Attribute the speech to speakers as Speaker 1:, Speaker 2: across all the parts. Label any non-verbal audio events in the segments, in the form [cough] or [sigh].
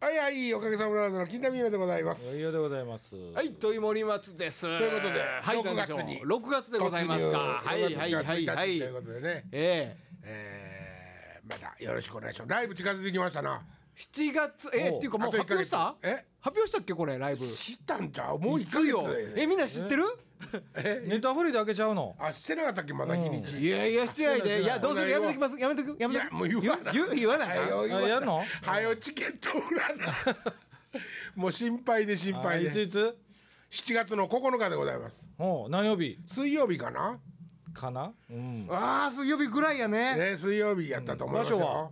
Speaker 1: はいはい、おかげさまブラザーズの金田美優でございます。
Speaker 2: 余裕でございます。
Speaker 3: はい、土井森松です。と
Speaker 1: ということで、
Speaker 3: はい、
Speaker 1: 6月に
Speaker 3: 6月でございますか。は
Speaker 1: 突
Speaker 3: い、
Speaker 1: 入
Speaker 3: はい、はい、
Speaker 1: 6月
Speaker 3: は
Speaker 1: 1日
Speaker 3: い
Speaker 1: とい。うことでね、
Speaker 3: ええ
Speaker 1: えー、まだよろしくお願いします。ライブ近づいてきましたな。
Speaker 3: 7月、ええ
Speaker 2: おう
Speaker 3: っていうかもう
Speaker 1: あと
Speaker 3: 発表した
Speaker 1: 一ヶ月え
Speaker 3: 発表したっけこれ、ライブ。
Speaker 1: 知ったんちゃうもう一ヶ
Speaker 3: つ
Speaker 1: 月
Speaker 3: よ。え、みんな知ってる
Speaker 1: え
Speaker 2: ネタフリで開けちゃうの。
Speaker 1: あ、してなかったっけまだ日にち。
Speaker 3: いやいや、してないで。いや、どうするやめときます。やめとく。や
Speaker 1: い
Speaker 3: めと
Speaker 1: や
Speaker 3: く。
Speaker 1: もう言わない
Speaker 3: 言う言わない
Speaker 1: はよ言わ
Speaker 2: あやるの
Speaker 1: はよチケット売らな
Speaker 3: [laughs]
Speaker 1: もう心配で心
Speaker 2: あ
Speaker 1: 配
Speaker 2: いつ
Speaker 1: で
Speaker 2: いつ。
Speaker 1: 7月の9日でございます
Speaker 2: おう何曜日
Speaker 1: 水曜日かな、
Speaker 2: かな。うん。
Speaker 3: ああ、水曜日ぐらいやね。
Speaker 1: ね、水曜日やったと思いますよ、
Speaker 2: 場所は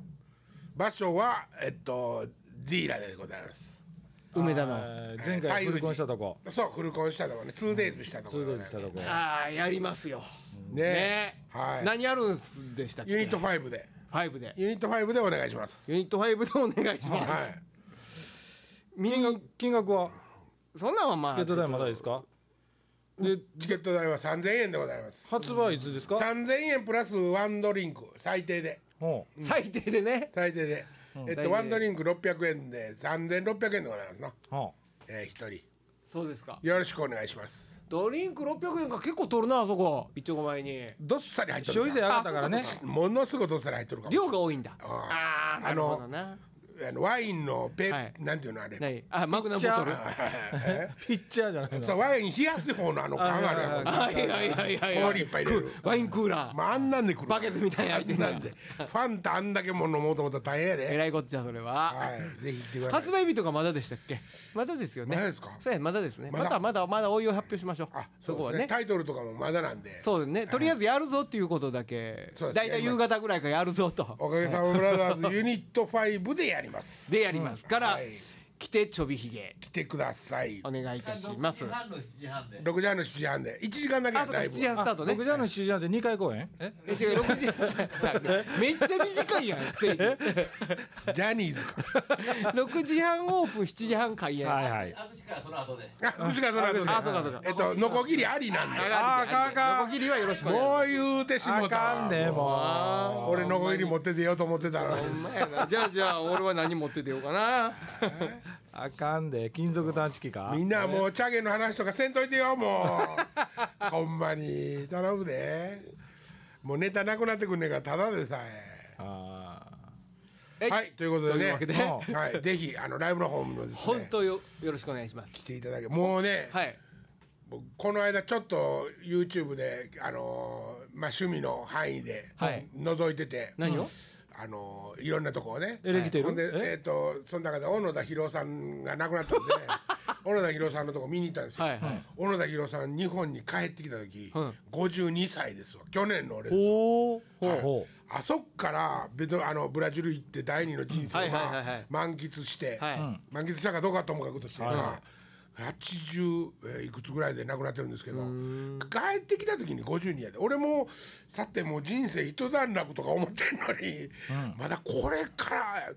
Speaker 1: 場所はえっとジーラでございます
Speaker 3: 梅田
Speaker 2: あ
Speaker 3: の。
Speaker 2: ー前回
Speaker 1: 台
Speaker 2: 振
Speaker 1: 風
Speaker 2: り
Speaker 1: 時
Speaker 2: 込んしたとこ。
Speaker 1: そうフルコンしたとこね 2days したとこ
Speaker 2: ツ
Speaker 1: で
Speaker 2: ー
Speaker 1: ご
Speaker 2: デ
Speaker 1: ざいま
Speaker 2: し
Speaker 1: す
Speaker 2: たとこ。
Speaker 3: ああ、やりますよ。
Speaker 1: ね
Speaker 3: ね
Speaker 1: はい
Speaker 3: 何あるんすでしたっけ
Speaker 1: ユニット5で
Speaker 3: 5で。
Speaker 1: ユニット5でお願いします
Speaker 3: ユニット5でお願いし
Speaker 1: は
Speaker 3: ます。
Speaker 1: い
Speaker 3: 見
Speaker 2: 金
Speaker 3: に
Speaker 2: 額、金額は。
Speaker 3: そんなんはまあ。
Speaker 2: チケット代まだですか。で、
Speaker 1: チケット代は3000円でございます
Speaker 2: 発売いつですか。
Speaker 1: 3000円プラスワンドリンク最低で
Speaker 2: おう
Speaker 3: 最低でね。
Speaker 1: 最低で、えっ
Speaker 3: 最低
Speaker 1: とワンドリンク600円で3600円でございますな、
Speaker 2: お
Speaker 1: えー、1
Speaker 3: そうですか
Speaker 1: 人よろしくお願いします
Speaker 3: ドリンク600円か結構取るなあそこ一丁前に
Speaker 1: どっさり入っ
Speaker 2: う。
Speaker 1: と
Speaker 2: 消
Speaker 1: る
Speaker 2: 費税上
Speaker 1: か
Speaker 2: がったからね
Speaker 3: あ。そう
Speaker 1: ものすごいどっさり入っとるかも
Speaker 3: 量が多いんだ
Speaker 1: あー
Speaker 3: ああなるほどな
Speaker 1: あのワインのペ、
Speaker 3: はい
Speaker 1: なんていうのあれ [laughs]
Speaker 3: 何あマグナムボトル
Speaker 2: じゃ
Speaker 3: は
Speaker 1: え
Speaker 2: ピッチャーじゃない
Speaker 1: ーそう
Speaker 2: の。
Speaker 1: ワイン冷やす方のあの缶あるや
Speaker 2: はいはい
Speaker 1: ん
Speaker 2: はい
Speaker 3: はいはいはい
Speaker 1: 氷いっぱい入れる
Speaker 3: クーワインクーラー
Speaker 1: まああんなんで来る
Speaker 3: バケツみたいな
Speaker 1: あんなんでファンタあんだけもの飲もうと思ったら大変や
Speaker 3: え
Speaker 1: で
Speaker 3: らいこっちゃそれは
Speaker 1: はいぜひ行ってください
Speaker 3: 発売日とかまだでしたっけまだですよね
Speaker 1: まだですか
Speaker 3: そうやまだですね
Speaker 1: まだ
Speaker 3: まだまだまだおいを発表しましょう
Speaker 1: あそ
Speaker 3: そうこは
Speaker 1: ですね
Speaker 3: ね
Speaker 1: タイトルとかもまだなんで
Speaker 3: そうですねとりあえずやるぞっていうことだけ
Speaker 1: そうです
Speaker 3: だいたい
Speaker 1: やりま
Speaker 3: 夕
Speaker 1: す
Speaker 3: 方ぐらいからやるぞと
Speaker 1: おかげさまブラザーズユニット5でやります
Speaker 3: [laughs] でやりますから
Speaker 1: はい
Speaker 3: 来てちょびひげ
Speaker 1: 来てください
Speaker 3: お願いいたします
Speaker 4: 6時半の7時半で。
Speaker 1: 6時半の7時半で1時間だけ
Speaker 3: あそうか
Speaker 1: ライ
Speaker 3: 7
Speaker 1: ブ
Speaker 3: 時半スタートね
Speaker 2: 僕じゃのシージャンで二回公演。え。
Speaker 3: え違う6時 [laughs] めっちゃ短いやんステージ
Speaker 1: ジャニーズ
Speaker 3: [laughs]
Speaker 1: か
Speaker 3: 6時半オープン7時半開演
Speaker 2: はいはい。
Speaker 4: 握手会はその後で。
Speaker 1: あ、牛がその後で。
Speaker 3: あそうかそうか
Speaker 1: えっと、ノコギリありなんで。
Speaker 3: 上がるんで
Speaker 2: あーかんかん
Speaker 3: 横切りはよろしくお願いし
Speaker 1: もう言うてしも
Speaker 2: あ
Speaker 1: たわ。
Speaker 2: かんでも
Speaker 3: あ
Speaker 2: う。
Speaker 1: 俺ノコギリ持って出ようと思ってたら。
Speaker 3: ますほんまやなじゃあじゃあ俺は何持って出ようかな
Speaker 2: あかんで金属探知機か
Speaker 1: み。んなもうチャゲの話とかせんといてよ、も
Speaker 3: [laughs]
Speaker 1: う。ほんまに、頼むで。もうネタなくなってくんねんから、ただでさえ。
Speaker 2: ああ。
Speaker 3: え
Speaker 1: はい、ということで
Speaker 3: という
Speaker 1: ね
Speaker 3: わけで。
Speaker 1: はい、ぜひ、あのライブの方もです
Speaker 3: 本
Speaker 1: ね。
Speaker 3: 当よよろしくお願いします
Speaker 1: 来ていただけ、もうね、
Speaker 3: はい
Speaker 1: 僕この間ちょっと YouTube で、あのーまあ、趣味の範囲で
Speaker 3: はい
Speaker 1: 覗いてて、
Speaker 3: 何を
Speaker 1: あのーいろんなとこをね
Speaker 2: エレキテ
Speaker 1: ほ
Speaker 2: ル
Speaker 1: んで、えっ、と、その中で小野田博さんが亡くな
Speaker 3: [laughs]
Speaker 1: ったんで、ね、小野田博さんのとこ見に行ったんですよ。
Speaker 3: はいはい
Speaker 1: 小野田博さん、日本に帰ってきた時、
Speaker 3: うん
Speaker 1: 52歳ですわ。去年の俺です。
Speaker 3: おおほ
Speaker 1: は
Speaker 3: う
Speaker 1: い
Speaker 2: ほ
Speaker 1: あそっからベトあのブラジル行って第二の人生
Speaker 3: はい
Speaker 1: を
Speaker 3: はい
Speaker 1: ま
Speaker 3: はいは
Speaker 1: あ
Speaker 3: い
Speaker 1: 満喫して、
Speaker 3: はいうん
Speaker 1: 満喫したかどうかはともかくとして、まあ、80えーいくつぐらいで亡くなってるんですけど帰ってきた時に52やで俺もさてもう人生一段落とか思ってんのに、まだこれから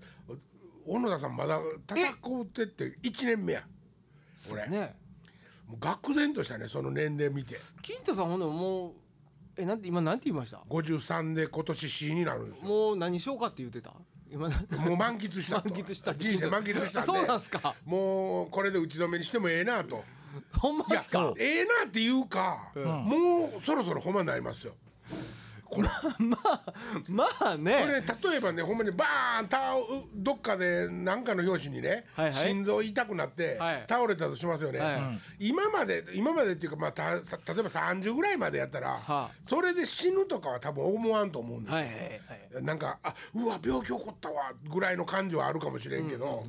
Speaker 1: 小野田さんまだ戦うってって1年目や俺、
Speaker 3: ね
Speaker 1: もう愕然としたねその年齢見て
Speaker 3: 金太さんほんならもうえなんて今なんて言いました
Speaker 1: 53で今年 C になるんですよ。
Speaker 3: もう何しようかって言ってた今 [laughs] な
Speaker 1: もう満喫したと
Speaker 3: [laughs] 満喫したって聞
Speaker 1: 人
Speaker 3: いた
Speaker 1: 生満喫したんで
Speaker 3: [laughs] そうなんすか
Speaker 1: もうこれで打ち止めにしてもええなと
Speaker 3: ほんま
Speaker 1: い
Speaker 3: で
Speaker 1: や
Speaker 3: すか
Speaker 1: ええなっていうか、もうそろそろほんまになりますよこれ
Speaker 3: ま
Speaker 1: こ
Speaker 3: あ
Speaker 1: れ
Speaker 3: ね
Speaker 1: 例えばねほんまにバーン倒どっかで何かの拍子にね、
Speaker 3: はいはい
Speaker 1: 心臓痛くなって
Speaker 3: はい
Speaker 1: 倒れたとしますよね、
Speaker 3: はい
Speaker 1: 今まで今までっていうか、まあ、たさ例えば30ぐらいまでやったら、
Speaker 3: あ
Speaker 1: それで死ぬとかは多分思わんと思うんですよ、
Speaker 3: はいはいはい
Speaker 1: なんか「あうわ病気起こったわ」ぐらいの感じはあるかもしれんけど、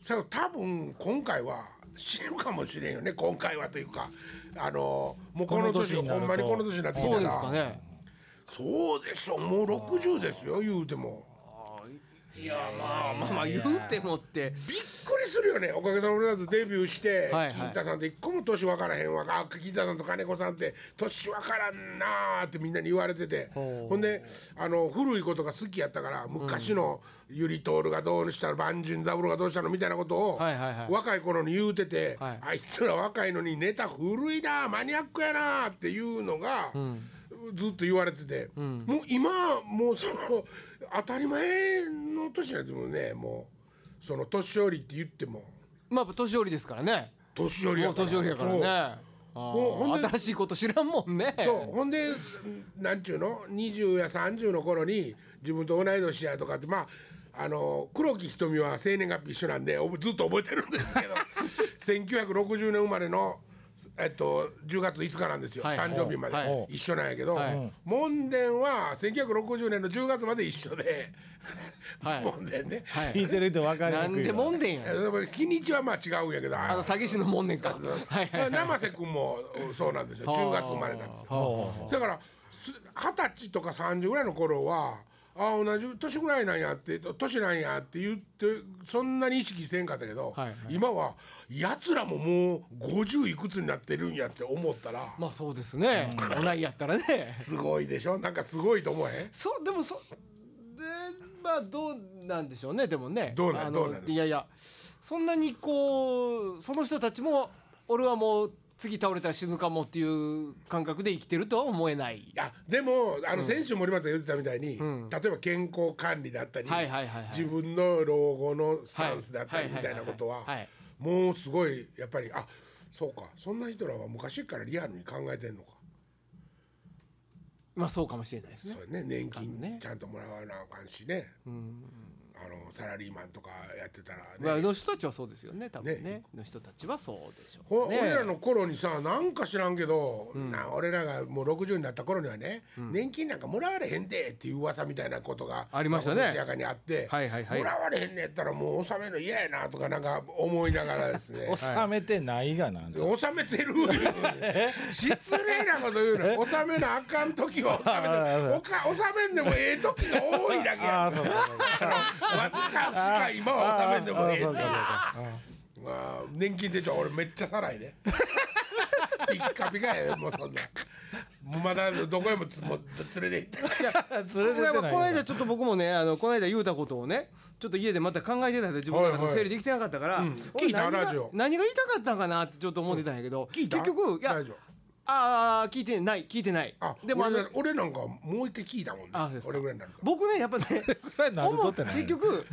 Speaker 1: それを多分今回は死ぬかもしれんよね今回はというかあのもうこの年
Speaker 2: この年にな
Speaker 1: ほ
Speaker 2: ると
Speaker 1: んまにこの年になってきたら
Speaker 3: そうですかね
Speaker 1: そうでしょもう60ですよ言うても
Speaker 3: いやまあまあまあ言うてもって
Speaker 1: びっくりするよねおかげさまでデビューして、
Speaker 3: はいはい
Speaker 1: 金太さんって一個も年分からへんわあ金太さんと金子さんって年分からんなーってみんなに言われてて
Speaker 3: ほ
Speaker 1: ほ
Speaker 3: うん
Speaker 1: であの古いことが好きやったから昔のゆりとおるがどうしたの万順三郎がどうしたのみたいなことを、
Speaker 3: はいはいはい
Speaker 1: 若い頃に言うてて、
Speaker 3: はい
Speaker 1: あいつら若いのにネタ古いなマニアックやなっていうのが、ずっと言われてて、もう今もうその当たり前の年なんですもんねもうその年寄りって言っても
Speaker 3: まあ年寄りですからね
Speaker 1: 年寄り
Speaker 3: も
Speaker 1: や
Speaker 3: う
Speaker 1: から
Speaker 3: 年寄りやからねあ
Speaker 1: ほほん
Speaker 3: ー
Speaker 1: で
Speaker 3: 新しいこと知らんもんね
Speaker 1: そうそうほんでなんちゅうの20や30の頃に自分と同い年やとかってまああの黒木瞳は生年月日一緒なんでおぼずっと覚えてるんです
Speaker 3: [laughs]
Speaker 1: けど1960年生まれの、えっと、10月5日なんですよ、
Speaker 3: はい
Speaker 1: 誕生日まで、
Speaker 3: はい
Speaker 1: 一緒なんやけど、
Speaker 3: はい
Speaker 1: 門殿は1960年の10月まで一緒で、
Speaker 3: はい
Speaker 1: 門殿ね、
Speaker 3: はい
Speaker 2: 聞いてる人分かりに
Speaker 3: な
Speaker 2: くいわ
Speaker 3: んでもんでん
Speaker 1: え
Speaker 3: や
Speaker 1: でも日にちはまあ違うんやけど
Speaker 3: あの
Speaker 1: あ
Speaker 3: 詐欺師のもんでんかはいはいはい
Speaker 1: 生瀬君もそうなんですよ
Speaker 3: はあ
Speaker 1: 10月生まれなんですよ。
Speaker 2: ほ
Speaker 1: だからす二十歳とか30ぐらいの頃はあ同じ年ぐらいなんやって年なんやって言ってそんなに意識せんかったけど、
Speaker 3: はいはい
Speaker 1: 今はやつらももう50いくつになってるんやって思ったら
Speaker 3: まあそうですね同いやったらね
Speaker 1: すごいでしょなんかすごいと思え
Speaker 3: そうでもそでまあどうなんでしょうねでもね
Speaker 1: どうなん
Speaker 3: あの
Speaker 1: どうなん
Speaker 3: いやいやそんなにこうその人たちも俺はもう次倒れたら死ぬかもっていう感覚で生きてるとは思えない
Speaker 1: へんいやでもあの先週森松が言ってたみたいに、
Speaker 3: ん
Speaker 1: 例えば健康管理だったり、
Speaker 3: はいはいはいはい
Speaker 1: 自分の老後のスタンスだったりみたいなことは
Speaker 3: はいはいはい
Speaker 1: もうすごいやっぱりあそうかそんな人らは昔からリアルに考えてんのか。
Speaker 3: まあそうかもしれないですね
Speaker 1: そうやね年
Speaker 3: 分ね
Speaker 1: 金ちゃんともらわなあかんしね、あのサラリーマンとかやってた
Speaker 3: まあ
Speaker 1: ら
Speaker 3: あ
Speaker 1: ね
Speaker 3: の人たちはそうですよね多分ね
Speaker 1: ね
Speaker 3: の人たちはそうでし
Speaker 1: ほ
Speaker 3: ょうね
Speaker 1: 俺らの頃にさなんか知らんけど、な俺らがもう60になった頃にはね、年金なんかもらわれへんでっていう噂みたいなことが
Speaker 3: ありましたね
Speaker 1: あやかにあって、
Speaker 3: はいはいはい
Speaker 1: もらわれへんねやったらもう納めるの嫌やなとかなんか思いながらです
Speaker 3: [laughs]
Speaker 1: ね
Speaker 2: 収めてないがなんだ
Speaker 1: 納めてる失礼なこと言うの納めなあかん時は納めてるおか納めんでもええ時が多いだけ
Speaker 2: あ
Speaker 1: や
Speaker 2: あそうかそうか
Speaker 1: [laughs] わずかしか今は納めんでもええって
Speaker 2: あーそうかそう
Speaker 1: ま
Speaker 2: か
Speaker 1: あ年金手帳俺めっちゃさらい
Speaker 3: [laughs]
Speaker 1: でピッカピカやでもうそんなまだどこへもつもう連れて行って
Speaker 2: 連れて
Speaker 3: これ
Speaker 2: っ
Speaker 3: は
Speaker 2: て
Speaker 3: この
Speaker 2: ない
Speaker 3: 間ちょっと僕もねあのこの間言うたことをねちょっと家でまた考えてたんで自分の中でも整理できてなかったから、俺
Speaker 1: 聞いた
Speaker 3: 何が
Speaker 1: ラジオ
Speaker 3: 何が言いたかったんかなってちょっと思ってたんやけど、
Speaker 1: 聞いた
Speaker 3: 結局いや
Speaker 1: 大丈夫
Speaker 3: ああ聞いてない聞いてない
Speaker 1: あ
Speaker 3: でもあ
Speaker 1: 俺
Speaker 3: の
Speaker 1: な俺なんかもう一回聞いたもんね
Speaker 3: あそうですか
Speaker 1: 俺ぐらいになると
Speaker 3: 僕ねやっぱね
Speaker 2: らいになると
Speaker 3: 思う
Speaker 2: ってない
Speaker 3: 結局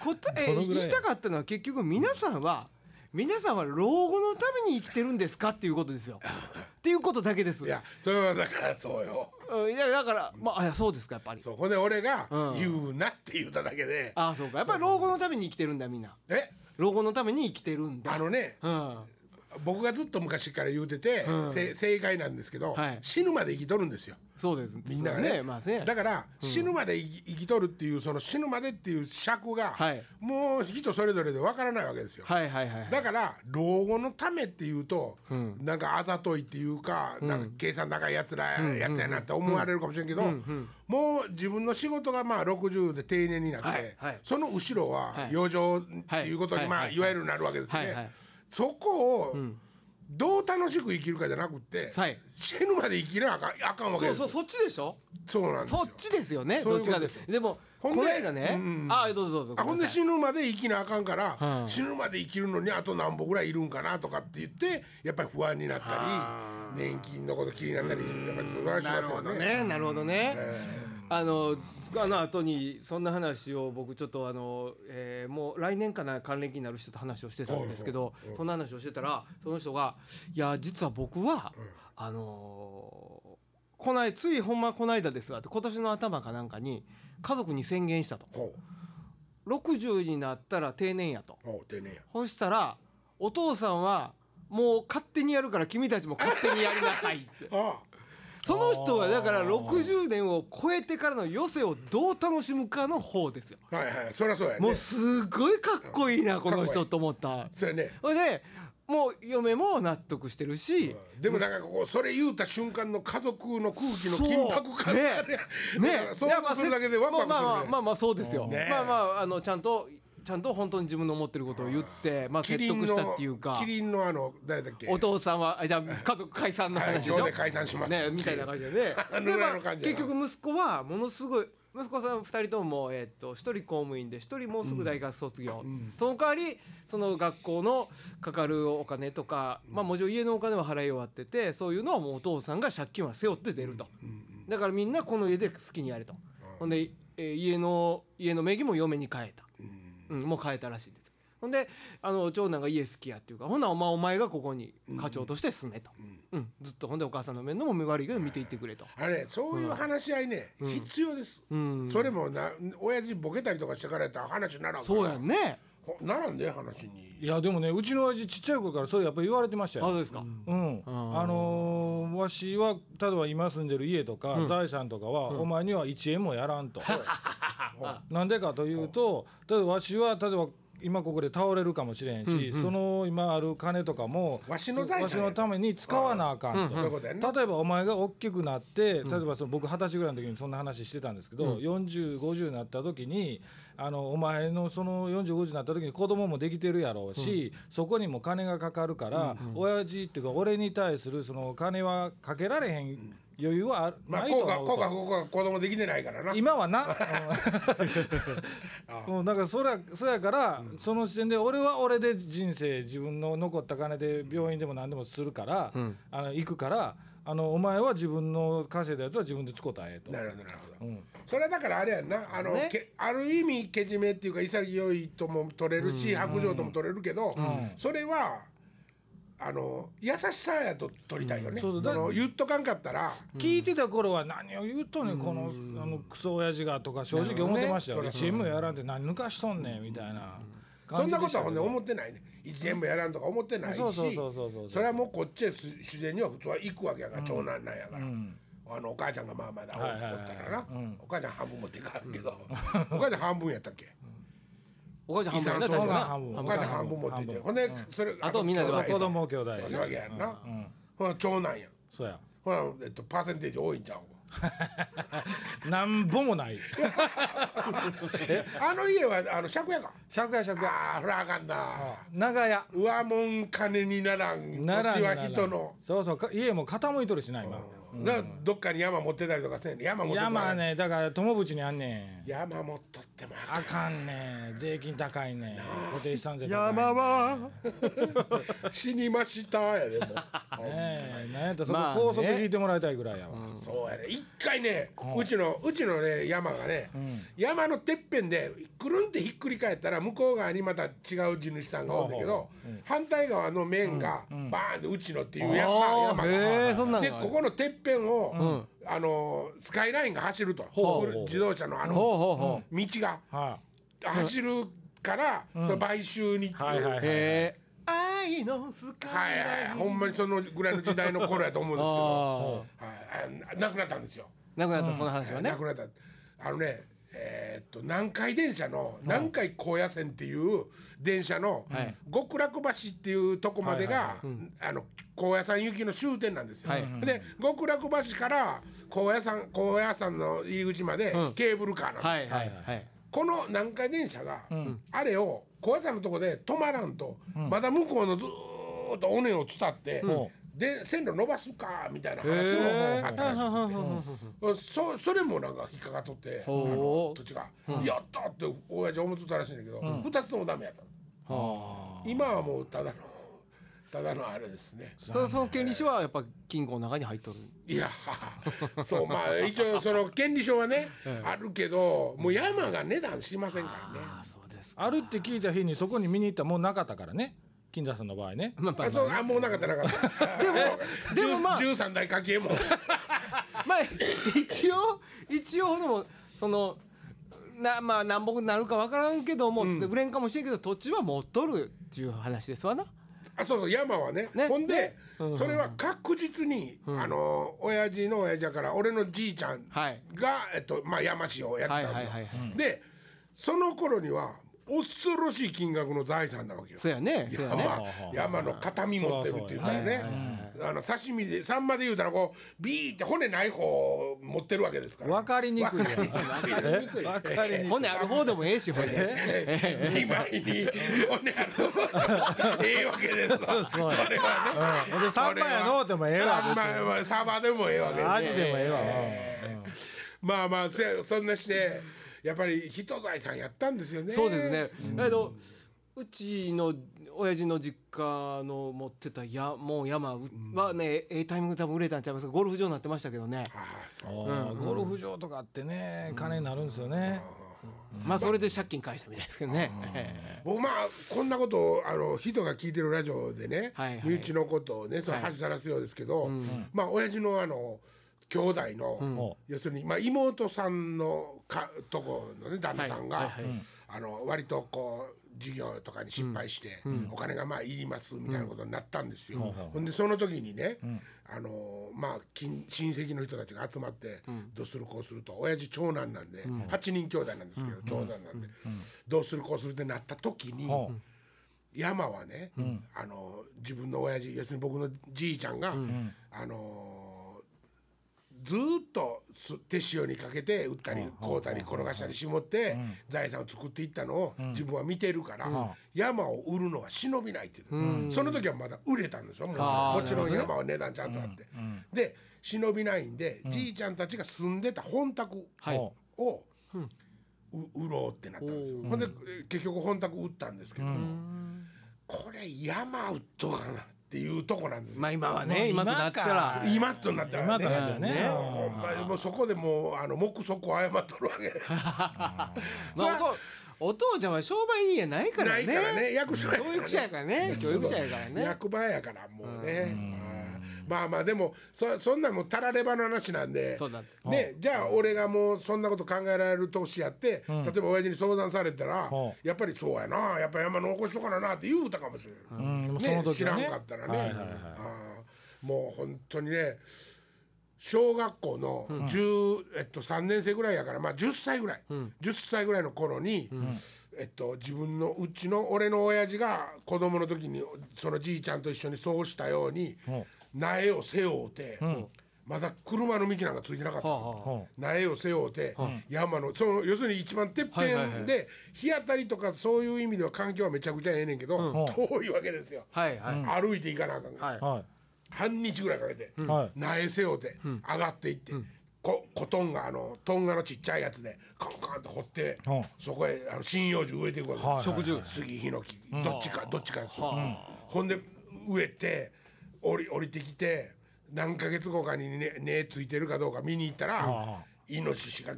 Speaker 3: 答え
Speaker 2: どのぐらい
Speaker 3: 言いたかったのは結局皆さんは皆さんは老後のために生きてるんですかっていうことですよ。っていうことだけです。
Speaker 1: いやそれはだからそうよ
Speaker 3: うんいやだからまああいやそうですかやっぱり。
Speaker 1: そうほんで俺が
Speaker 3: うん
Speaker 1: 言うなって言っただけで、
Speaker 3: ああそうかやっぱり老後のために生きてるんだみんな。
Speaker 1: え
Speaker 3: 老後のために生きてるんだ。
Speaker 1: あのね
Speaker 3: うん。は
Speaker 1: 僕がずっと昔から言うてて、せ正解なんですけど、
Speaker 3: はい
Speaker 1: 死ぬまで生きとるんですよ
Speaker 3: そうです。
Speaker 1: みんながね
Speaker 3: まあね。
Speaker 1: だから死ぬまで生き生きとるっていうその死ぬまでっていう尺が、
Speaker 3: はい
Speaker 1: もう人それぞれでわからないわけですよ。
Speaker 3: はいはいはいはい。
Speaker 1: だから老後のためっていうと、なんかあざといっていうか,、なんか計算高いやつらやつやなって思われるかもしれんけど、もう自分の仕事がまあ60で定年になって、
Speaker 3: はいはい
Speaker 1: その後ろは
Speaker 3: はい
Speaker 1: 余剰っていうことに、
Speaker 3: はい
Speaker 1: まあ、
Speaker 3: はい
Speaker 1: いわゆるなるわけですね。
Speaker 3: はいはい
Speaker 1: そこを、どう楽しく生きるかじゃなくて、
Speaker 3: はい
Speaker 1: 死ぬまで生きなあかんあかんわけで
Speaker 3: そ
Speaker 1: す
Speaker 3: う
Speaker 1: よ
Speaker 3: そうそっちでしょ。
Speaker 1: そうなんですよ
Speaker 3: そっちですよね。
Speaker 1: そうい
Speaker 3: どっ
Speaker 1: う
Speaker 3: ち
Speaker 1: こと
Speaker 3: か
Speaker 1: で
Speaker 3: ですす。でも
Speaker 1: ほ
Speaker 3: こ
Speaker 1: んで
Speaker 3: の間ね
Speaker 1: うんう。ん
Speaker 3: ああどうぞどうぞ。
Speaker 1: あほんで
Speaker 3: ごめ
Speaker 1: 死ぬまで生きなあかんから、
Speaker 3: うん
Speaker 1: 死ぬまで生きるのにあと何歩ぐらいいるんかなとかって言ってやっぱり不安になったり年金のこと気になったりやっぱりそれはし
Speaker 3: んな
Speaker 1: ま
Speaker 3: さいなる
Speaker 1: す
Speaker 3: ほ
Speaker 1: よ
Speaker 3: ど
Speaker 1: ね。
Speaker 3: ね。なるほどね。
Speaker 1: え
Speaker 3: あのあの後にそんな話を僕ちょっとあの、えーもう来年かな還暦になる人と話をしてたんですけど、そんな話をしてたらその人が「いや実は僕は、あのーこないついほんまこないだですわ」って今年の頭かなんかに家族に宣言したと
Speaker 1: ーほ
Speaker 3: 60になったら定年やと
Speaker 1: うほう丁寧や。
Speaker 3: そしたらお父さんはもう勝手にやるから君たちも勝手にやりなさいって
Speaker 1: [laughs] あ
Speaker 3: その人はだから
Speaker 2: あー
Speaker 3: 60年を超えてからの余生をどう楽しむかの方ですよ。
Speaker 1: あはいはいそりゃそうや
Speaker 3: もう
Speaker 1: ね。
Speaker 3: すごいかっこいいなこの人と思った。
Speaker 1: そうやね。
Speaker 3: それでもう嫁も納得してるし、
Speaker 1: でもなんかこうそれ言うた瞬間の家族の空気の緊迫感があるやん
Speaker 3: ね
Speaker 1: なんか想
Speaker 3: いやまあ
Speaker 1: 像するだけでワクワクする
Speaker 3: まあまあ
Speaker 1: よ
Speaker 3: ま
Speaker 1: ね。
Speaker 3: あまあそうですよ。
Speaker 1: ね
Speaker 3: まあまああのちゃんとちゃんと本当に自分の思ってることを言ってまあ
Speaker 1: キ
Speaker 3: 説
Speaker 1: リン
Speaker 3: 得した
Speaker 1: の
Speaker 3: っていうか
Speaker 1: キ。リンのあの誰だっけ。
Speaker 3: お父さんはあじゃあ家族解散の
Speaker 1: はい
Speaker 3: 話でしょ、
Speaker 1: 今日で解散します
Speaker 3: ねみたいな感じでね
Speaker 1: [laughs] あの
Speaker 3: で
Speaker 1: ぐらいの
Speaker 3: まあ
Speaker 1: 感じ
Speaker 3: 結
Speaker 1: やな
Speaker 3: 局息子はものすごい息子さん2人ともも、えっと1人公務員で1人もうすぐ大学卒業、その代わりその学校のかかるお金とか、まあもちろん家のお金は払い終わっててそういうのはもうお父さんが借金は背負って出ると、だからみんなこの家で好きにやれと、ほんで、えー家の家の名義も嫁に変えた、
Speaker 1: うん
Speaker 3: うん、もう変えたらしいんですほんであの長男が家好きやっていうからほんならお前お前がここに課長として住めと、うんずっとほんでお母さんの面倒も目悪いけど見ていってくれと、
Speaker 1: あれそういう話し合いね、必要です、
Speaker 3: ん
Speaker 1: それもな親父ボケたりとかしてからやったら話にならんから
Speaker 3: そうやんね
Speaker 1: ほならんで話に
Speaker 2: いやでもねうちの親父ちっちゃい頃からそれやっぱ言われてました
Speaker 3: あ
Speaker 2: よ
Speaker 3: そうですか、
Speaker 2: うん、
Speaker 3: ん
Speaker 2: あのーわしは例えば今住んでる家とか、財産とかは、お前には1円もやらんと。なんでかというと例えばわしは例えば今ここで倒れるかもしれんし、その今ある金とかも
Speaker 1: わしの財産
Speaker 2: わしのために使わなあかんと。
Speaker 1: そういうことやんな
Speaker 2: 例えばお前が大きくなって例えばその僕二十歳ぐらいの時にそんな話してたんですけど、4050になった時にあのお前のその4050になった時に子供もできてるやろうし、そこにも金がかかるから、親父っていうか俺に対するその金はかけられへん余裕はある
Speaker 1: まあ
Speaker 2: ない
Speaker 1: こ
Speaker 2: と
Speaker 1: うか
Speaker 2: 思うと
Speaker 1: こうかこうか子供できてないからな
Speaker 2: 今は
Speaker 1: [laughs]
Speaker 2: なうんうんだからそれそやから、その時点で俺は俺で人生自分の残った金で病院でも何でもするから、あの行くからあのお前は自分の稼いだやつは自分で使うたらええと
Speaker 1: なるほどなるほど、
Speaker 2: ん
Speaker 1: それはだからあれやんなあの、
Speaker 3: ね
Speaker 1: けある意味けじめっていうか潔いとも取れるし、白状とも取れるけど、それはあの優しさやと取りたいよね、
Speaker 2: うんそうだ
Speaker 1: その言っとかんかったら、
Speaker 2: 聞いてた頃は何を言うとんねんこのあのクソ親父がとか正直思ってましたよ、チームやらんって何抜かしとんねんみたいな
Speaker 1: そ
Speaker 2: 感
Speaker 1: ん
Speaker 2: じ
Speaker 1: な
Speaker 2: で
Speaker 1: こ
Speaker 2: し
Speaker 1: と
Speaker 2: た
Speaker 1: は
Speaker 2: け
Speaker 1: ほんで
Speaker 2: ど
Speaker 1: 思ってないね一円もやらんとか思ってないし
Speaker 2: そうそうそうそうそう
Speaker 1: それはもうこっちへす自然には普通は行くわけやから、長男なんやから、あのお母ちゃんがまあまだお
Speaker 2: はいはいはい
Speaker 1: おったからな、お母ちゃん半分持っていかんけど、お母ちゃん半分やったっけ
Speaker 3: お母ちゃん
Speaker 1: 遺
Speaker 3: 半分や
Speaker 1: 産
Speaker 3: な
Speaker 1: そう
Speaker 3: 確か
Speaker 1: お
Speaker 3: に
Speaker 2: 半分
Speaker 3: な
Speaker 1: 母ちゃん半分持っていてほんでそれ
Speaker 3: あとみんなで分けて
Speaker 2: 子供兄弟
Speaker 1: そういうわけやんな、ほら長男やん
Speaker 2: そうや
Speaker 1: ほら、えっと、パーセンテージ多いんちゃう
Speaker 2: なんぼ
Speaker 1: [laughs]
Speaker 2: もない
Speaker 1: あの家はあの借家か
Speaker 2: 借家借家
Speaker 1: ああほらあかんな
Speaker 2: 長屋
Speaker 1: 上もん金にならん
Speaker 2: なら
Speaker 1: 土地
Speaker 2: んな
Speaker 1: は
Speaker 2: らん
Speaker 1: 人の、
Speaker 2: そうそうか家も傾いとるしな今
Speaker 1: などっかに山持ってたりとかせんね山持ってた
Speaker 2: 山ねだから友淵にあんねん
Speaker 1: 山持っとってもあか
Speaker 2: あかんねん税金高いねん固定資産税高いねんね
Speaker 1: ん死にましたやでも
Speaker 2: えなんやったらそこ
Speaker 3: まあね
Speaker 2: 高速引いてもらいたいぐらいやわ
Speaker 1: うそうやね一回ねうちのうちのね山がね、山のてっぺんでくるんってひっくり返ったら向こう側にまた違う地主さんがおるんだけど、反対側の面がバーンってうちのっていう山,、
Speaker 3: あ
Speaker 1: 山が。
Speaker 3: あへえそんなん
Speaker 1: で
Speaker 3: がある
Speaker 1: ここのてっぺんを、あのスカイラインが走ると
Speaker 2: ほう
Speaker 1: こう自動車のあ
Speaker 3: ほう
Speaker 1: の
Speaker 3: ほうほ
Speaker 1: 道が
Speaker 2: は
Speaker 1: 走るから、その買収にっていう、
Speaker 2: はいはいは
Speaker 3: う
Speaker 2: い
Speaker 3: へえ愛のスカ
Speaker 1: はい
Speaker 3: イ
Speaker 1: はい
Speaker 3: ライン
Speaker 1: ほんまにそのぐらいの時代の頃やと思うんですけ
Speaker 3: [laughs] あ
Speaker 1: ど、はい、あ亡くなったんですよ、
Speaker 3: なくなったその話はね
Speaker 1: 亡くなったあのねえーっと南海電車の南海高野線っていう電車の
Speaker 3: はい
Speaker 1: 極楽橋っていうとこまでがあの高野山行きの終点なんですよ、
Speaker 3: はい
Speaker 1: で極楽橋から高野山高野山の入り口まで
Speaker 3: うん
Speaker 1: ケーブルカーなんですよ
Speaker 3: はいはいはい
Speaker 1: この南海電車が、あれを小屋さんのとこで止まらんと、まだ向こうのずーっと尾根を伝って、で線路伸ばすかみたいな話をあったらしくて、そそれもなんか引っかかっとってあの
Speaker 3: ほう
Speaker 1: 土地が「やった!」って親父思っとったらしいんだけど、二2つともダメやったの
Speaker 3: は
Speaker 1: 今はもうただのただのあれですね
Speaker 3: あそその権利書はやっぱ金庫の中に入っとる
Speaker 1: いやそうまあ一応その権利書は
Speaker 3: [laughs]
Speaker 1: ね、あるけどもう山が値段しませんからね。
Speaker 3: あそうです
Speaker 2: あるって聞いた日にそこに見に行ったらもうなかったからね金田さんの場合ね
Speaker 3: まあまあ
Speaker 1: あそうあもうなかったなかった。でも
Speaker 3: [laughs] でもま
Speaker 1: [laughs]
Speaker 3: あ
Speaker 1: 十三代家計
Speaker 3: [laughs]
Speaker 1: も。
Speaker 3: まあ一応一応でもそのなまあ南北になるか分からんけども、売れんかもしれんけど土地は持っとるっていう話ですわな。
Speaker 1: あそうそう山はね。
Speaker 3: ね
Speaker 1: ほんで
Speaker 3: ね
Speaker 1: それは確実にあの親父の親父だから俺のじいちゃん
Speaker 3: はい
Speaker 1: がえっとまあ山氏をやってた
Speaker 3: はいはいはい
Speaker 1: わ
Speaker 3: は
Speaker 1: けよ。でその頃には恐ろしい金額の財産なわけよ。
Speaker 3: そうやねそうやね。
Speaker 1: 山山の形見持ってるって言ったらね
Speaker 3: そうそうはいはいは。
Speaker 1: あの刺身でサンマで言うたらこうビーって骨ない方を持ってるわけですから。
Speaker 2: 分かりにくいやん
Speaker 1: わかりにくい
Speaker 2: 分かりにくい
Speaker 3: 骨ある方でもええし骨。
Speaker 1: 今に骨あるええわけですわこれはね
Speaker 2: ほんで3番やのうてもええわ
Speaker 1: まあまあサーバーでもええわけ
Speaker 2: マジ
Speaker 1: ね
Speaker 2: でもええわ
Speaker 1: まあまあせそんなしてやっぱり人財産やったんですよね
Speaker 3: そうですね。だけどうちの親父の実家の持ってたやもう山はね、ええタイミングで多分売れたんちゃいますかゴルフ場になってましたけどね。
Speaker 1: ああそう
Speaker 2: うんゴルフ場とかってね金になるんですよね
Speaker 3: まあそれで借金返したみたいですけどね。え
Speaker 1: 僕まあこんなことをあの人が聞いてるラジオでね、
Speaker 3: はいはい
Speaker 1: 身内のことをねその
Speaker 3: はい
Speaker 1: 恥さらすようですけど、まあ親父のあの兄弟の、要するに、まあ、妹さんのかとこのね旦那さんが、
Speaker 3: はいはいはいうん
Speaker 1: あの割とこう事業とかに失敗して、お金がまあいりますみたいなことになったんですよ。ほんでその時にね、あのまあ近親戚の人たちが集まって、どうするこうすると親父長男なんで、八人兄弟なんですけど、長男なんで、どうするこうするってなった時に。
Speaker 2: ほ
Speaker 1: 山はね、あの自分の親父要するに僕のじいちゃんが、あのずーっとす手塩にかけて打ったりこうたり転がしたり絞って財産を作っていったのを自分は見てるから、山を売るのは忍びないって言ってたその時はまだ売れたんですよもちろ
Speaker 3: あ
Speaker 1: んも
Speaker 3: ー
Speaker 1: ちろん山は値段ちゃんとあって。で忍びないんで、じいちゃんたちが住んでた本宅
Speaker 3: はい
Speaker 2: ほ
Speaker 1: を、う売ろうってなったんですよ。ほんでえ結局本宅売ったんですけど、これ山売っとかなっていうとこなんです
Speaker 3: え
Speaker 1: よ。
Speaker 3: まあ今は
Speaker 2: まあ
Speaker 3: ね今となった
Speaker 2: 今
Speaker 3: ら
Speaker 2: か。
Speaker 1: 今となったら
Speaker 2: 今となったらね
Speaker 1: ねほんまにもうそこでもうあの目測を誤っとるわけ
Speaker 3: まあ、お父お父ちゃんは商売人やないから
Speaker 1: な
Speaker 3: ね
Speaker 1: いからね役所やから
Speaker 3: 教育者やからね教育者やからね
Speaker 1: 役場やからもうね、まあまあまあでもそそんなんもうたらればの話なんで
Speaker 3: そうなんです
Speaker 1: ね、じゃあ俺がもうそんなこと考えられる年やって、例えば親父に相談されたら、
Speaker 2: ほ
Speaker 1: やっぱりそうやなやっぱ山残しとかななって言うたかもしれ
Speaker 2: う
Speaker 1: ない、
Speaker 2: うん、そ
Speaker 1: ね
Speaker 2: の時
Speaker 1: 知
Speaker 2: は
Speaker 1: ら
Speaker 2: ね
Speaker 1: んかったらね、
Speaker 2: はいはいはい
Speaker 1: あーもう本当にね小学校の10、えっと、3年生ぐらいやから、まあ、10歳ぐらい、10歳ぐらいの頃に、えっと、自分のうちの俺の親父が子供の時にそのじいちゃんと一緒にそうしたように
Speaker 2: ほ
Speaker 1: 苗を背負うて、まだ車の道なんかついてなかったの、
Speaker 3: はあはあ
Speaker 2: ほ
Speaker 1: 苗を背負うて、山のその要するに一番てっぺ
Speaker 3: はいはいは
Speaker 1: んで日当たりとかそういう意味では環境はめちゃくちゃええねんけど、遠いわけですよ、
Speaker 3: はいはい、
Speaker 1: 歩いて行かなあかんから、
Speaker 3: はい
Speaker 2: は
Speaker 1: 半日ぐらいかけて、
Speaker 2: いはい
Speaker 1: 苗背負うて、上がっていって、こコトンガあのトンガのちっちゃいやつでカンカンと掘って、
Speaker 2: うん
Speaker 1: そこへあの針葉樹植えていくわけ、
Speaker 2: はい
Speaker 3: 植樹
Speaker 1: 杉ヒノキどっちかどっちかですよ、
Speaker 3: は
Speaker 1: ほんで植えて降り降りてきて何ヶ月後かにね根ついてるかどうか見に行ったら
Speaker 2: あ
Speaker 1: イノシシが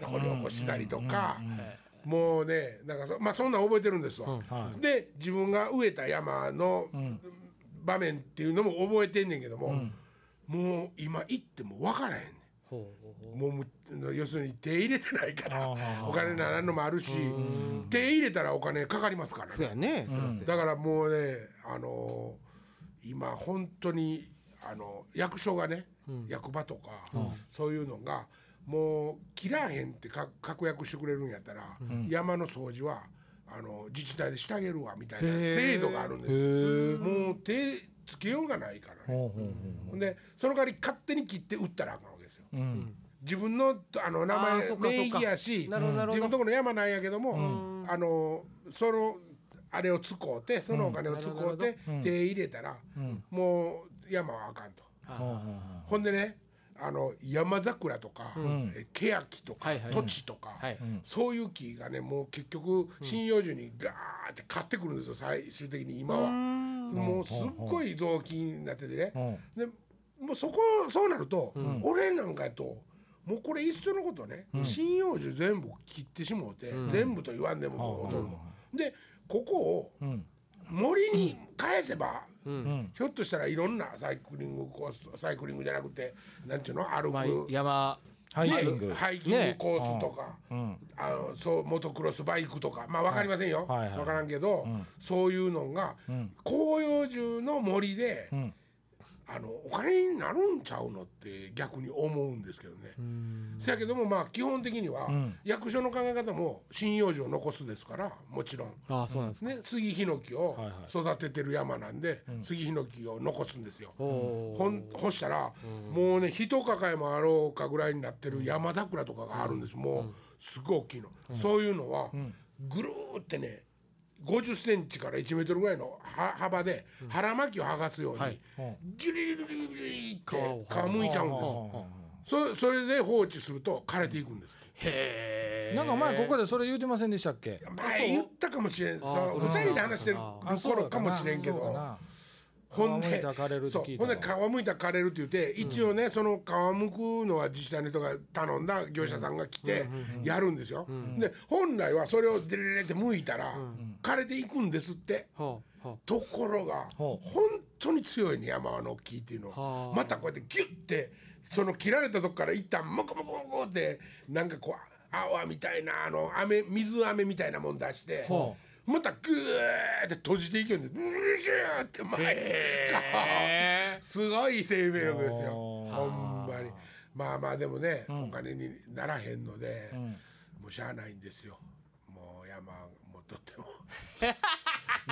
Speaker 1: ガーッと掘り起こしたりとか。もうねなんかそ,、まあ、そんなん覚えてるんですわ。で自分が植えた山の場面っていうのも覚えてんねんけども、もう今行っても分からへんねん。
Speaker 3: ほう
Speaker 1: もうむ要するに手入れてないから
Speaker 2: あー
Speaker 1: お金ならんのもあるし手入れたらお金かかりますから
Speaker 3: そう
Speaker 1: ね
Speaker 3: やね、そうや
Speaker 1: だからもうねあのー今本当にあの役所がね、役場とか、そういうのがもう切らへんってか確約してくれるんやったら、山の掃除はあの自治体でしてあげるわみたいな制度があるんですよもう手つけようがないからね。
Speaker 2: ほうほう
Speaker 1: ほんでその代わり勝手に切って売ったらあかんわけですよ。
Speaker 2: ほううん
Speaker 1: 自分のあの名
Speaker 3: あー
Speaker 1: 前
Speaker 3: そっか
Speaker 1: 名義やし
Speaker 3: なるほどなるほ
Speaker 1: 自
Speaker 3: ど
Speaker 1: 分とこの山なんやけども、あのそのあれを使うてそのお金を使うて、手入れたら、もう山はあかんと。
Speaker 2: ほうほう
Speaker 1: ほんでねあの山桜とか、えケヤキとか、
Speaker 3: はいはい
Speaker 1: 土地とか、
Speaker 3: はい
Speaker 1: そういう木がねもう結局針葉樹にガーって買ってくるんですよ最終的に今は。もうすっごい雑巾になっててね。
Speaker 2: ほう
Speaker 1: でもうそこそうなると、俺なんかやともうこれいっそのことね針葉樹全部切ってしもうて、全部と言わんでももうほとんど。でここを
Speaker 2: ん
Speaker 1: 森に返せば、
Speaker 2: ん
Speaker 1: ひょっとしたらいろんなサイクリングコースサイクリングじゃなくてなんていうの歩く、
Speaker 3: まあ、山
Speaker 2: ハイキン
Speaker 1: ね
Speaker 2: グ
Speaker 1: ハイキングコースとか。
Speaker 2: うん
Speaker 1: あのそうモトクロスバイクとかまあ分かりませんよ、
Speaker 2: はいはいはい
Speaker 1: 分からんけど、そういうのが、広葉樹の森で、
Speaker 2: ん
Speaker 1: あのお金になるんちゃうのって逆に思うんですけどね。せやけどもまあ基本的には、役所の考え方も針葉樹を残すですからもちろん。
Speaker 3: ああそうなんですね、
Speaker 1: ね、杉ヒノキを
Speaker 2: はいはい
Speaker 1: 育ててる山なんで、杉ヒノキを残すんですよ。
Speaker 3: ほ
Speaker 1: ほん干したら、もうね一抱えもあろうかぐらいになってる山桜とかがあるんです、もうすごい大きいの、そういうのは、ぐるーってね50センチから1メートルぐらいのは幅で腹巻きを剥がすように、
Speaker 3: はい
Speaker 1: ギュリギュリギュリギュリって
Speaker 3: 皮を
Speaker 1: 皮むいちゃうんで
Speaker 2: ほう
Speaker 1: すよ
Speaker 2: ほ
Speaker 1: そそれで放置すると枯れていくんです
Speaker 3: へ
Speaker 2: う
Speaker 3: え
Speaker 2: なんか前ここでそれ言うてませんでしたっけ
Speaker 1: 前言ったかもしれん
Speaker 3: あー
Speaker 1: そ
Speaker 3: そうれ
Speaker 1: 2人で話してる
Speaker 2: あそう
Speaker 1: 頃
Speaker 2: だ
Speaker 1: かもしれんけ
Speaker 2: そうだ
Speaker 1: ど
Speaker 2: な
Speaker 1: ほん
Speaker 2: 皮むい
Speaker 1: で
Speaker 2: て枯れるって
Speaker 1: そう
Speaker 2: 聞い
Speaker 1: ほ
Speaker 2: た
Speaker 1: ん
Speaker 2: わ
Speaker 1: で皮むいたら枯れるって言って一応ね、その皮むくのは自治体の人が頼んだ業者さんが来てやるんですよ、で本来はそれをデレレレって剥いたら、枯れていくんですって
Speaker 3: はあは
Speaker 1: ところが本
Speaker 2: ほ
Speaker 1: 当に強いね山の木っていうの
Speaker 3: は
Speaker 1: は
Speaker 3: あ
Speaker 1: またこうやってギュッてその切られたとこから一旦モコモコモコってなんかこう泡みたいなあの飴水飴みたいなもん出して
Speaker 3: は
Speaker 1: またグーって閉じていくんですブシューって前へすごい生命力ですよ
Speaker 2: おー
Speaker 1: ほんまにまあまあでもね、お金にならへんので、
Speaker 2: ん
Speaker 1: もうしゃあないんですよもう山もとっても。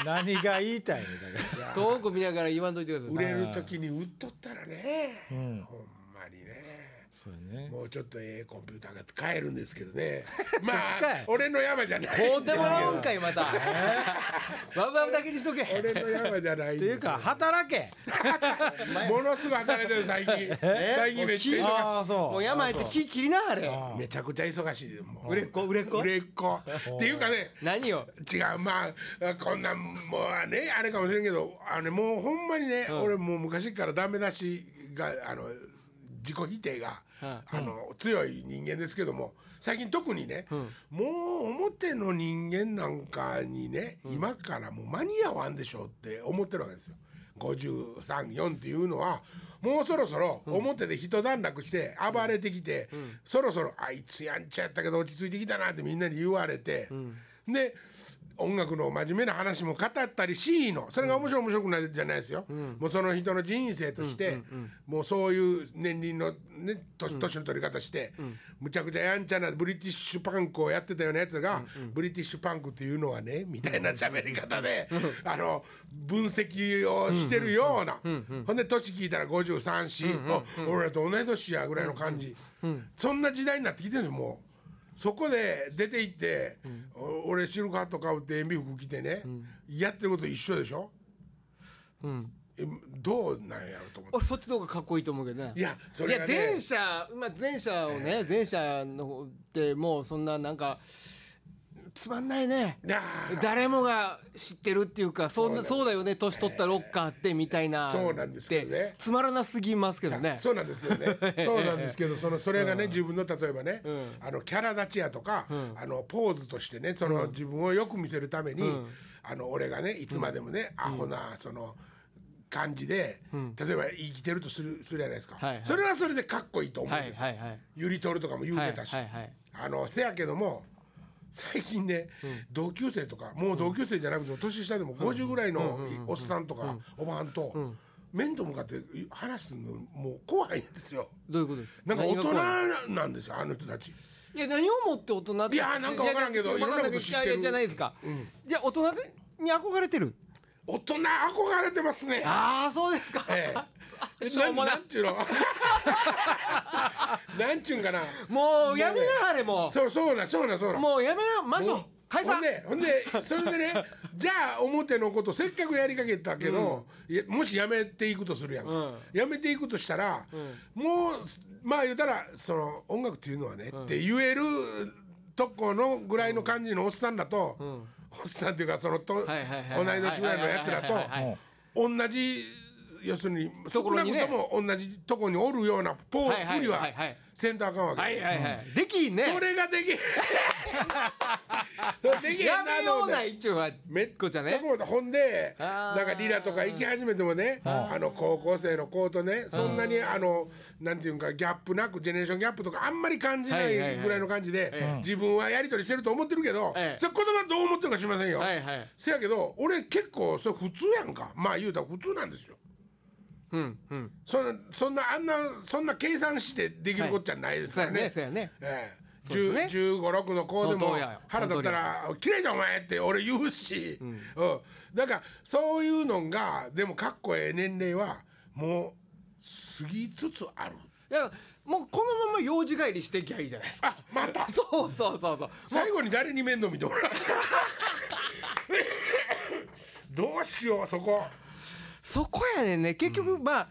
Speaker 2: 何が言いたいねだ
Speaker 1: [laughs]
Speaker 2: か
Speaker 3: あ遠く見ながら言わんといてくだ
Speaker 1: 売
Speaker 3: さい
Speaker 1: れる時に売っとったらね、
Speaker 2: ら。うん。
Speaker 1: ほんまにね
Speaker 2: そうやね。
Speaker 1: もうちょっとええコンピューターが使えるんですけどねま
Speaker 3: [laughs] そっちか
Speaker 1: あ
Speaker 3: い
Speaker 1: 俺の山じゃない
Speaker 3: 買うてもらうんかいまたバブバブだけにしとけ
Speaker 1: 俺の山じゃないん
Speaker 2: と
Speaker 1: で
Speaker 2: い
Speaker 1: す
Speaker 2: うか働け。
Speaker 1: ものすごい働いてる最
Speaker 3: [laughs]
Speaker 1: 近最近めっちゃ忙しい
Speaker 2: ああそ
Speaker 3: もう
Speaker 2: う。
Speaker 3: 山行って木切りなはれ
Speaker 2: あ
Speaker 1: めちゃくちゃ忙しいでもう
Speaker 3: 売れっ子売れっ子
Speaker 1: 売れっ子っていうかね
Speaker 3: 何よ
Speaker 1: 違うまあこんなんもうねあれかもしれんけどあれもうほんまにね、俺もう昔からダメ出しがあの自己否定が、あの強い人間ですけども最近特にね、もう表の人間なんかにね、今からもう間に合わんでしょうって思ってるわけですよ。534っていうのはもうそろそろ表で一段落して暴れてきて、そろそろあいつやんちゃやったけど落ち着いてきたなってみんなに言われて、で音楽の真面目な話も語ったりしいのそれが面白い面白くないじゃないですよ、もうその人の人生として、もうそういう年輪の、ね、年年の取り方して、むちゃくちゃやんちゃなブリティッシュパンクをやってたようなやつが、ブリティッシュパンクっていうのはねみたいな喋り方で、あの分析をしてるような、ほんで年聞いたら53し、お俺らと同い年やぐらいの感じ、そんな時代になってきてるんですよもう。そこで出て行って、お俺シルクハットかぶって塩ビ服着てね、やってること一緒でしょ、えどうなんやろうと思って
Speaker 3: 俺そっちの方がかっこいいと思うけどね
Speaker 1: いやそれがね
Speaker 3: いや前者まあ前者をね前者の方ってもうそんななんかつまんな
Speaker 1: [laughs]
Speaker 3: いね
Speaker 1: な
Speaker 3: 誰もが知ってるっていうかそんなそうだよね年取ったロッカーってみたいな
Speaker 1: そうなんですけどね
Speaker 3: ってつまらなすぎますけど
Speaker 1: あ、
Speaker 3: ね
Speaker 1: そうなんですけど
Speaker 3: [laughs]
Speaker 1: ねそうなんですけどそのそれがね、自分の例えばね、あのキャラ立ちやとか、あのポーズとしてねその、自分をよく見せるために、あの俺がねいつまでもね、アホなその感じで、例えば生きてるとするするじゃないですか、
Speaker 3: はいはい
Speaker 1: それはそれでかっこいいと思うん
Speaker 3: は
Speaker 1: です
Speaker 3: い
Speaker 1: よ、
Speaker 3: はいはい
Speaker 1: ゆりとるとかも言う
Speaker 3: は
Speaker 1: て
Speaker 3: い
Speaker 1: たし、
Speaker 3: はいはい
Speaker 1: あのせやけども最近ね、同級生とかもう同級生じゃなくても年下でも50ぐらいのおっさんとかおばはんと面と向かって話すのもう怖いんですよ。
Speaker 3: どういうことですか
Speaker 1: なんか大
Speaker 3: 何が怖い
Speaker 1: 人なんですよあの人たち。
Speaker 3: いや何をもって大人って
Speaker 1: いやなんかわからんけど
Speaker 3: いやいや
Speaker 1: いろんなこと知ってる
Speaker 3: いやいやじゃないですか、じゃあ大人に憧れてる
Speaker 1: 大人憧れてますね。
Speaker 3: ああそうですか、
Speaker 1: え
Speaker 3: [laughs]
Speaker 1: [laughs] え、
Speaker 3: しょうもな
Speaker 1: なんちゅうの。なんちゅうんかな。
Speaker 3: もうやめなはれも
Speaker 1: そうそうなんそうなんそう
Speaker 3: う
Speaker 1: なん。
Speaker 3: もうやめなましょう解
Speaker 1: ほ
Speaker 3: 散
Speaker 1: んでほんでそれで
Speaker 3: [laughs]
Speaker 1: ねじゃあ表のことせっかくやりかけたけど、いやもしやめていくとするやんか、
Speaker 3: うん
Speaker 1: やめていくとしたら、もうまあ言うたらその音楽っていうのはね、って言えるとこのぐらいの感じのおっさんだと、おっさんっていうかそのと、
Speaker 3: はいはいはい
Speaker 1: 同い年ぐらいのやつらと、
Speaker 3: はいはいはいはい
Speaker 1: 同じ要するに
Speaker 3: と
Speaker 1: 少
Speaker 3: ころ
Speaker 1: な
Speaker 3: に
Speaker 1: く
Speaker 3: ね
Speaker 1: とも同じとこにおるようなポー
Speaker 3: はいはい
Speaker 1: ふりは
Speaker 3: はいはい
Speaker 1: せんとあかんわけ。
Speaker 3: はいはいはい、できんね
Speaker 1: それができ
Speaker 3: [laughs]
Speaker 1: へんそれできへん
Speaker 3: や
Speaker 1: な
Speaker 3: め
Speaker 1: と
Speaker 3: よ
Speaker 1: 思っ
Speaker 3: う
Speaker 1: て
Speaker 3: ない一応は
Speaker 1: めっ
Speaker 3: こち
Speaker 1: ち
Speaker 3: ゃ
Speaker 1: ゃ
Speaker 3: ね
Speaker 1: 困ったほんで
Speaker 3: あー
Speaker 1: なんかリラとか行き始めてもねあの高校生の子とねそんなにあのなんていうんかギャップなくジェネレーションギャップとかあんまり感じな
Speaker 3: はいはいはい
Speaker 1: いぐらいの感じで
Speaker 3: え
Speaker 1: 自分はやり取りしてると思ってるけどそれ
Speaker 3: ええ
Speaker 1: 言葉どう思ってるか知りませんよ
Speaker 3: はいはい
Speaker 1: せやけど俺結構それ普通やんかまあ言うたら普通なんですよ
Speaker 3: うんうん
Speaker 1: そんなそんなあんなそんな計算してできることじゃないです
Speaker 3: そう
Speaker 1: か
Speaker 3: や
Speaker 1: ら
Speaker 3: ね
Speaker 1: ね
Speaker 3: そうやね
Speaker 1: ええ、
Speaker 3: そうですね
Speaker 1: 1 5六6の子で
Speaker 3: その
Speaker 1: も
Speaker 3: 通りや
Speaker 1: 腹立ったら「綺麗じゃんお前」って俺言うし、うんだからそういうのがでもかっこええ年齢はもう過ぎつつある
Speaker 3: いやもうこのまま用事帰りしてきゃいいじゃないですか
Speaker 1: あまた
Speaker 3: そうそうそうそう
Speaker 1: 最後に誰に面倒見てもらう [laughs] どうしようそこ
Speaker 3: そこやねんね結局、まあ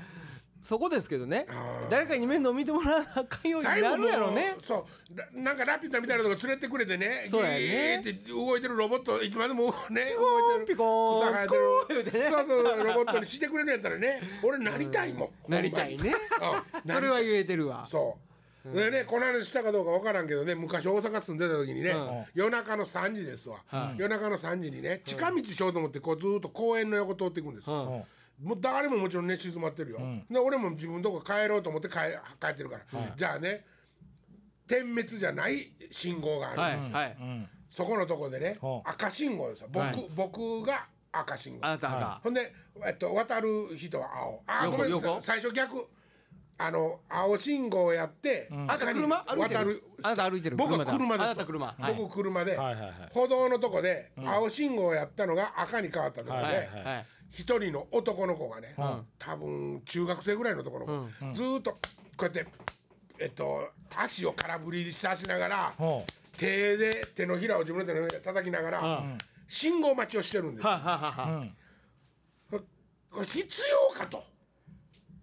Speaker 3: そこですけどね
Speaker 1: あー
Speaker 3: 誰かに面倒見てもらわなあかんようにな
Speaker 1: 最後
Speaker 3: るやろ
Speaker 1: の
Speaker 3: ね
Speaker 1: そうななんかラピュタみたいなとこ連れてくれてね
Speaker 3: そうやね
Speaker 1: ギーって動いてるロボットいつまでもね動いてる
Speaker 3: ピコー
Speaker 1: 草
Speaker 3: ン
Speaker 1: 生えてる
Speaker 3: ピコーン言うてね
Speaker 1: そうそうそうロボットにしてくれるんやったらね俺なりたいもん、ほんま
Speaker 3: な
Speaker 1: に
Speaker 3: りたいね
Speaker 1: うんな
Speaker 3: そ
Speaker 1: り
Speaker 3: れは言えてるわ
Speaker 1: そう、でねこの話したかどうかわからんけどね昔大阪住んでた時にね、
Speaker 3: うん
Speaker 1: 夜中の3時ですわ、
Speaker 3: は
Speaker 1: 夜中の3時にね近道しようと思ってこうずーっと公園の横通っていくんですよ、
Speaker 3: うん
Speaker 2: うん
Speaker 1: もう誰ももちろんね静まってるよ、で俺も自分のとこ帰ろうと思って帰帰ってるから、じゃあね点滅じゃない信号がある、
Speaker 3: はいはい
Speaker 2: うん
Speaker 1: そこのとこでね
Speaker 2: ほう
Speaker 1: 赤信号ですよ僕,、
Speaker 3: はい
Speaker 1: 僕が赤信号
Speaker 3: あなたが
Speaker 1: ほんで、えっと、渡る人は青あー
Speaker 3: 横
Speaker 1: ごめんなさい
Speaker 3: 横
Speaker 1: 最初逆あの青信号をやって、
Speaker 3: あなた
Speaker 1: 赤に
Speaker 3: 車歩いて
Speaker 1: 渡
Speaker 3: る
Speaker 1: る
Speaker 3: あなた歩いてる
Speaker 1: 僕は
Speaker 3: だ
Speaker 1: 車です
Speaker 3: あなた車はい
Speaker 1: 僕車で、
Speaker 2: はいはいはい
Speaker 1: 歩道のとこで青信号をやったのが赤に変わったとこで、
Speaker 2: はいはい
Speaker 3: はい
Speaker 1: 一人の男の子がね、多分中学生ぐらいのところ、ずーっとこうやって、えっと、足を空振りさしながら、
Speaker 2: ほう
Speaker 1: 手で手のひらを自分の手のひらで叩きながら、
Speaker 3: うん
Speaker 1: 信号待ちをしてるんですよ
Speaker 3: はあはあはあはあ
Speaker 2: うん
Speaker 1: これ必要かと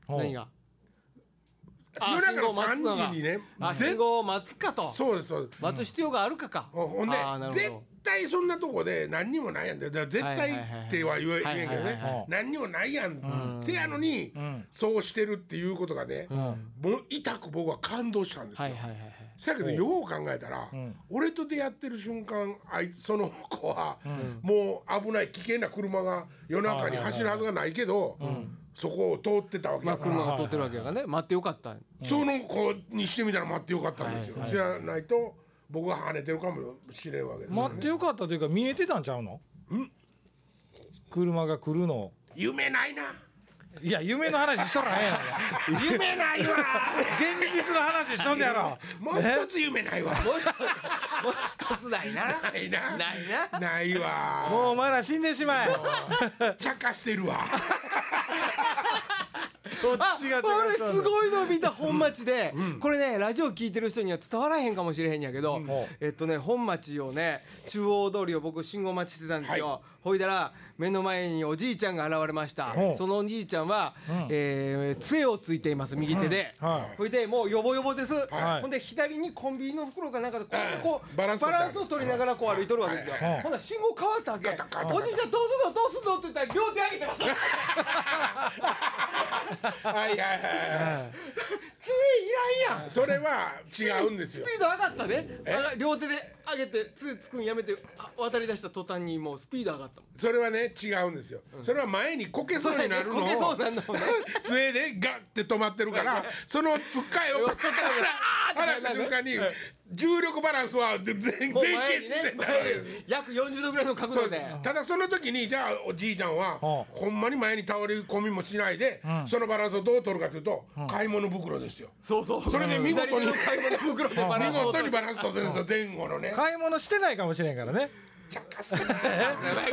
Speaker 2: ほう
Speaker 3: 何があ
Speaker 1: 夜中
Speaker 3: 信
Speaker 1: の
Speaker 3: 号待つのが
Speaker 1: 3時にね
Speaker 3: あ
Speaker 1: ぜ
Speaker 3: 信号を待つかと
Speaker 1: そうですそうです
Speaker 3: 待つ必要があるかか
Speaker 1: ほんで
Speaker 3: あーなるほど
Speaker 1: 絶対そんなとこで何にもないやんだから絶対っては言え言えんけど
Speaker 3: はいはい
Speaker 1: ね
Speaker 3: はい
Speaker 2: はい
Speaker 1: 何にもないやんせやのに
Speaker 2: ん
Speaker 1: そうしてるっていうことがねもう痛く僕は感動したんです
Speaker 3: はい
Speaker 1: よ
Speaker 3: はいはいはい
Speaker 1: せやけどよう考えたら
Speaker 2: ん
Speaker 1: 俺と出会ってる瞬間あいその子はもう危ない危険な車が夜中に走るはずがないけどそこを通ってたわけ
Speaker 3: まあ
Speaker 1: だから
Speaker 3: 車が通ってるわけだからね待ってよかった
Speaker 1: その子にしてみたら待ってよかったんですよ。
Speaker 2: はい
Speaker 1: じゃないと僕が跳ねてるかもしれんわけですよ
Speaker 2: 待って
Speaker 1: ね。
Speaker 2: よかったというか見えてたんちゃうの車が来るの
Speaker 1: 夢ないな。
Speaker 2: いや夢の話しとらへんやろ [laughs]
Speaker 1: 夢ないわ。
Speaker 2: 現実の話しとんねや [laughs] ろ
Speaker 1: [laughs] もう一つ夢ないわ。
Speaker 3: もう一つもう一つないな
Speaker 1: ないな。
Speaker 3: ないな
Speaker 1: ないわ。
Speaker 2: もうお前ら死んでしまえ [laughs]
Speaker 1: 茶化してるわ。
Speaker 2: こ
Speaker 3: あ
Speaker 2: っちが
Speaker 3: 俺す
Speaker 2: い
Speaker 3: ごいの見た本町で、これねラジオ聞いてる人には伝わらへんかもしれへんやけど、えっとね本町をね中央通りを僕信号待ちしてたんですよ、
Speaker 1: はい
Speaker 3: ほいだら目の前におじいちゃんが現れました、
Speaker 2: ほう
Speaker 3: そのおじいちゃんは、えー杖をついています右手で、
Speaker 2: うんはい
Speaker 3: ほいでもうヨボヨボです、
Speaker 2: はい
Speaker 3: ほんで左にコンビニの袋かなんかでこうこう
Speaker 1: バランス取って
Speaker 3: を取りながらこう歩いとるわけですよ、
Speaker 1: はい
Speaker 2: はいはい
Speaker 3: ほんなら信号変わったわけ
Speaker 1: ガタガタガタ
Speaker 3: おじいちゃんどうすんのどうすんのって言ったら両手上げてます
Speaker 1: はいはいは
Speaker 3: 杖いらんやん
Speaker 1: い。それは違うんですよ
Speaker 3: ス。ピード上がったね上が両手で上げて杖つくんやめてあ渡り出した途端にもうスピード上がったもん
Speaker 1: それはね違うんですよ。それは前にこけそうになるの
Speaker 3: [laughs] こけそう
Speaker 1: を
Speaker 3: になるのをね
Speaker 1: 杖でガッて止まってるからそのつっかえをパカッと離した瞬間に重力バランスは全全
Speaker 3: もう
Speaker 1: 傾
Speaker 3: 前にね
Speaker 1: してたわけ
Speaker 3: 前に約40度ぐらいの角度で
Speaker 1: ただその時にじゃあおじいちゃんは
Speaker 2: うん
Speaker 1: ほんまに前に倒れ込みもしないでそのバランスをどう取るかというと買い物袋ですよ
Speaker 3: そうそう
Speaker 1: それで見事に
Speaker 3: 左手の買い物袋でバラ
Speaker 1: 見
Speaker 3: ンスを
Speaker 1: 事にバランス取ってるんですよ前後のね
Speaker 2: 買い物してないかもしれんからね
Speaker 1: ちゃかすな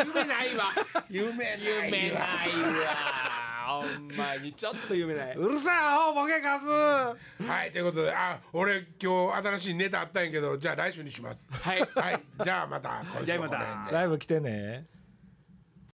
Speaker 3: 夢ないわ
Speaker 1: 夢ない
Speaker 3: 夢ない
Speaker 1: わ
Speaker 3: わほんまにちょっと夢ないう
Speaker 2: るさいアホボケカス
Speaker 1: はいということであ俺今日新しいネタあったんやけどじゃあ来週にします
Speaker 3: はい
Speaker 1: はいじゃあまた今
Speaker 3: じゃ
Speaker 1: 週
Speaker 3: あ
Speaker 1: は
Speaker 3: ま
Speaker 1: こ
Speaker 3: た
Speaker 1: の辺で
Speaker 2: ライブ来てね